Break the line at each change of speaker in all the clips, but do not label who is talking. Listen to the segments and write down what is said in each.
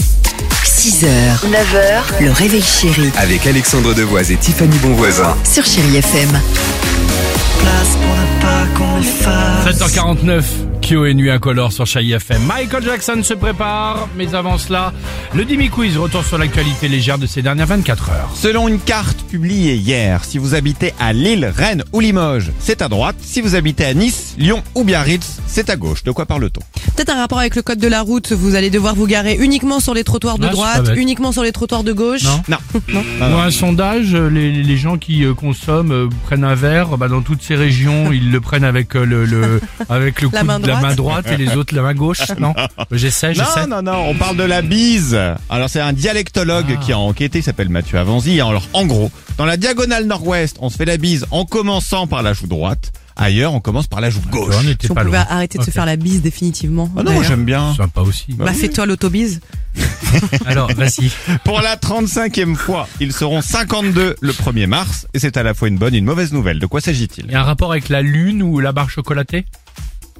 6h, 9h, le réveil chéri
Avec Alexandre Devoise et Tiffany Bonvoisin.
sur Chéri FM.
7h49, Kyo et Nuit Incolore sur Chai FM. Michael Jackson se prépare, mais avant cela, le Dimi Quiz retour sur l'actualité légère de ces dernières 24 heures.
Selon une carte publiée hier, si vous habitez à Lille, Rennes ou Limoges, c'est à droite. Si vous habitez à Nice, Lyon ou Biarritz, c'est à gauche. De quoi parle-t-on
Peut-être un rapport avec le code de la route, vous allez devoir vous garer uniquement sur les trottoirs de
Ah, c'est pas
droite,
bête.
uniquement sur les trottoirs de gauche.
Non.
Non.
Ah.
Dans un sondage, euh, les, les gens qui euh, consomment euh, prennent un verre, bah, dans toutes ces régions, ils le prennent avec euh, le, le- avec le
La
coude
main
de la
droite. Ah,
main droite et les autres la main gauche, non Euh, J'essaie, j'essaie.
Non, non, non, on parle de la bise. Alors c'est un dialectologue
Ah.
qui a enquêté, il s'appelle Mathieu Avanzi. Alors en gros, dans la diagonale nord-ouest, on se fait la bise en commençant par la joue droite. Ailleurs, on commence par la joue
Ouais,
gauche.
On
Si
Oh, n'était
on
pas
pouvait
loin.
arrêter de
Ok.
se faire la bise définitivement.
Ah non, moi,
d'ailleurs.
j'aime bien.
Sympa aussi.
Bah fais-toi l'autobise.
Alors, vas-y.
Pour la 35e fois, ils seront 52 le 1er mars. Et c'est à la fois une bonne et une mauvaise nouvelle. De quoi s'agit-il
Il y a un rapport avec la lune ou la barre chocolatée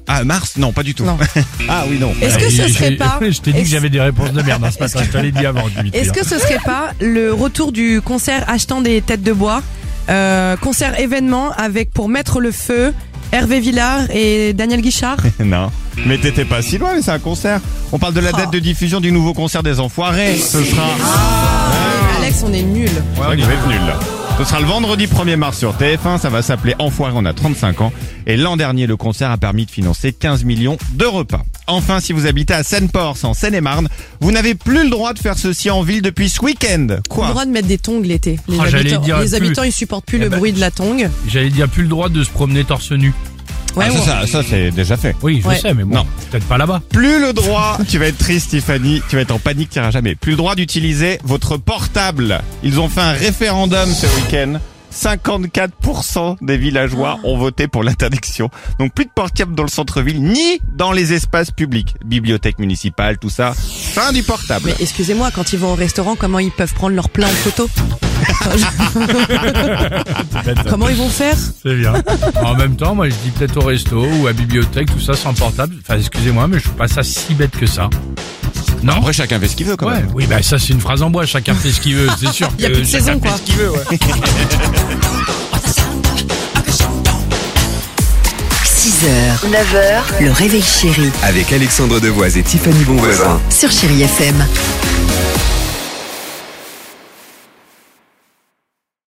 Ah, mars Non, pas du tout.
Non.
ah oui, non.
Est-ce que ce
J'ai-
serait pas
Je t'ai dit que
est-ce-
j'avais des réponses de merde hein, ce matin, je te l'ai dit avant, Dimitri.
Est-ce que ce serait pas le retour du concert achetant des têtes de bois, euh, concert événement avec pour mettre le feu Hervé Villard et Daniel Guichard
Non. Mais t'étais pas si loin, mais c'est un concert. On parle de la date de diffusion du nouveau concert des Enfoirés. Ce sera.
Ah.
Ah.
Alex, on est nul.
Ouais, on y va être nul, là. Ce sera le vendredi 1er mars sur TF1. Ça va s'appeler Enfoirés, on a 35 ans. Et l'an dernier, le concert a permis de financer 15 millions de repas. Enfin, si vous habitez à Seine-Port, en Seine-et-Marne, vous n'avez plus le droit de faire ceci en ville depuis ce week-end.
On a
Quoi
le droit de mettre des tongs l'été. Les,
Oh, j'allais
habitants,
dire
les
plus.
habitants, ils supportent plus
Eh
le
ben.
bruit de la tongue.
J'allais dire plus le droit de se promener torse nu.
Ouais,
Ah,
ouais.
ça, ça, ça, c'est déjà fait.
Oui, je
Ouais.
sais, mais bon,
Non.
peut-être pas là-bas.
Plus le droit, tu vas être triste Tiffany, tu vas être en panique, tu iras jamais. Plus le droit d'utiliser votre portable. Ils ont fait un référendum ce week-end. 54% des villageois ont voté pour l'interdiction. Donc plus de portable dans le centre-ville, ni dans les espaces publics. Bibliothèque municipale, tout ça. Fin du portable.
Mais excusez-moi, quand ils vont au restaurant, comment ils peuvent prendre leur plat en photo Comment ils vont faire
C'est bien. en même temps, moi, je dis peut-être au resto ou à bibliothèque, tout ça sans portable. Enfin, excusez-moi, mais je trouve pas ça si bête que ça. Non
Après chacun fait ce qu'il veut quand
Ouais,
même.
oui, bah ça c'est une phrase en bois, chacun fait ce qu'il veut, c'est sûr.
Il y a
que
plus de
Euh, chacun
saison,
fait
quoi.
ce qu'il veut, ouais.
6h, 9h, le réveil chéri
bah.
Avec Alexandre Devoise et Tiffany Bonvoisin.
sur Chéri FM.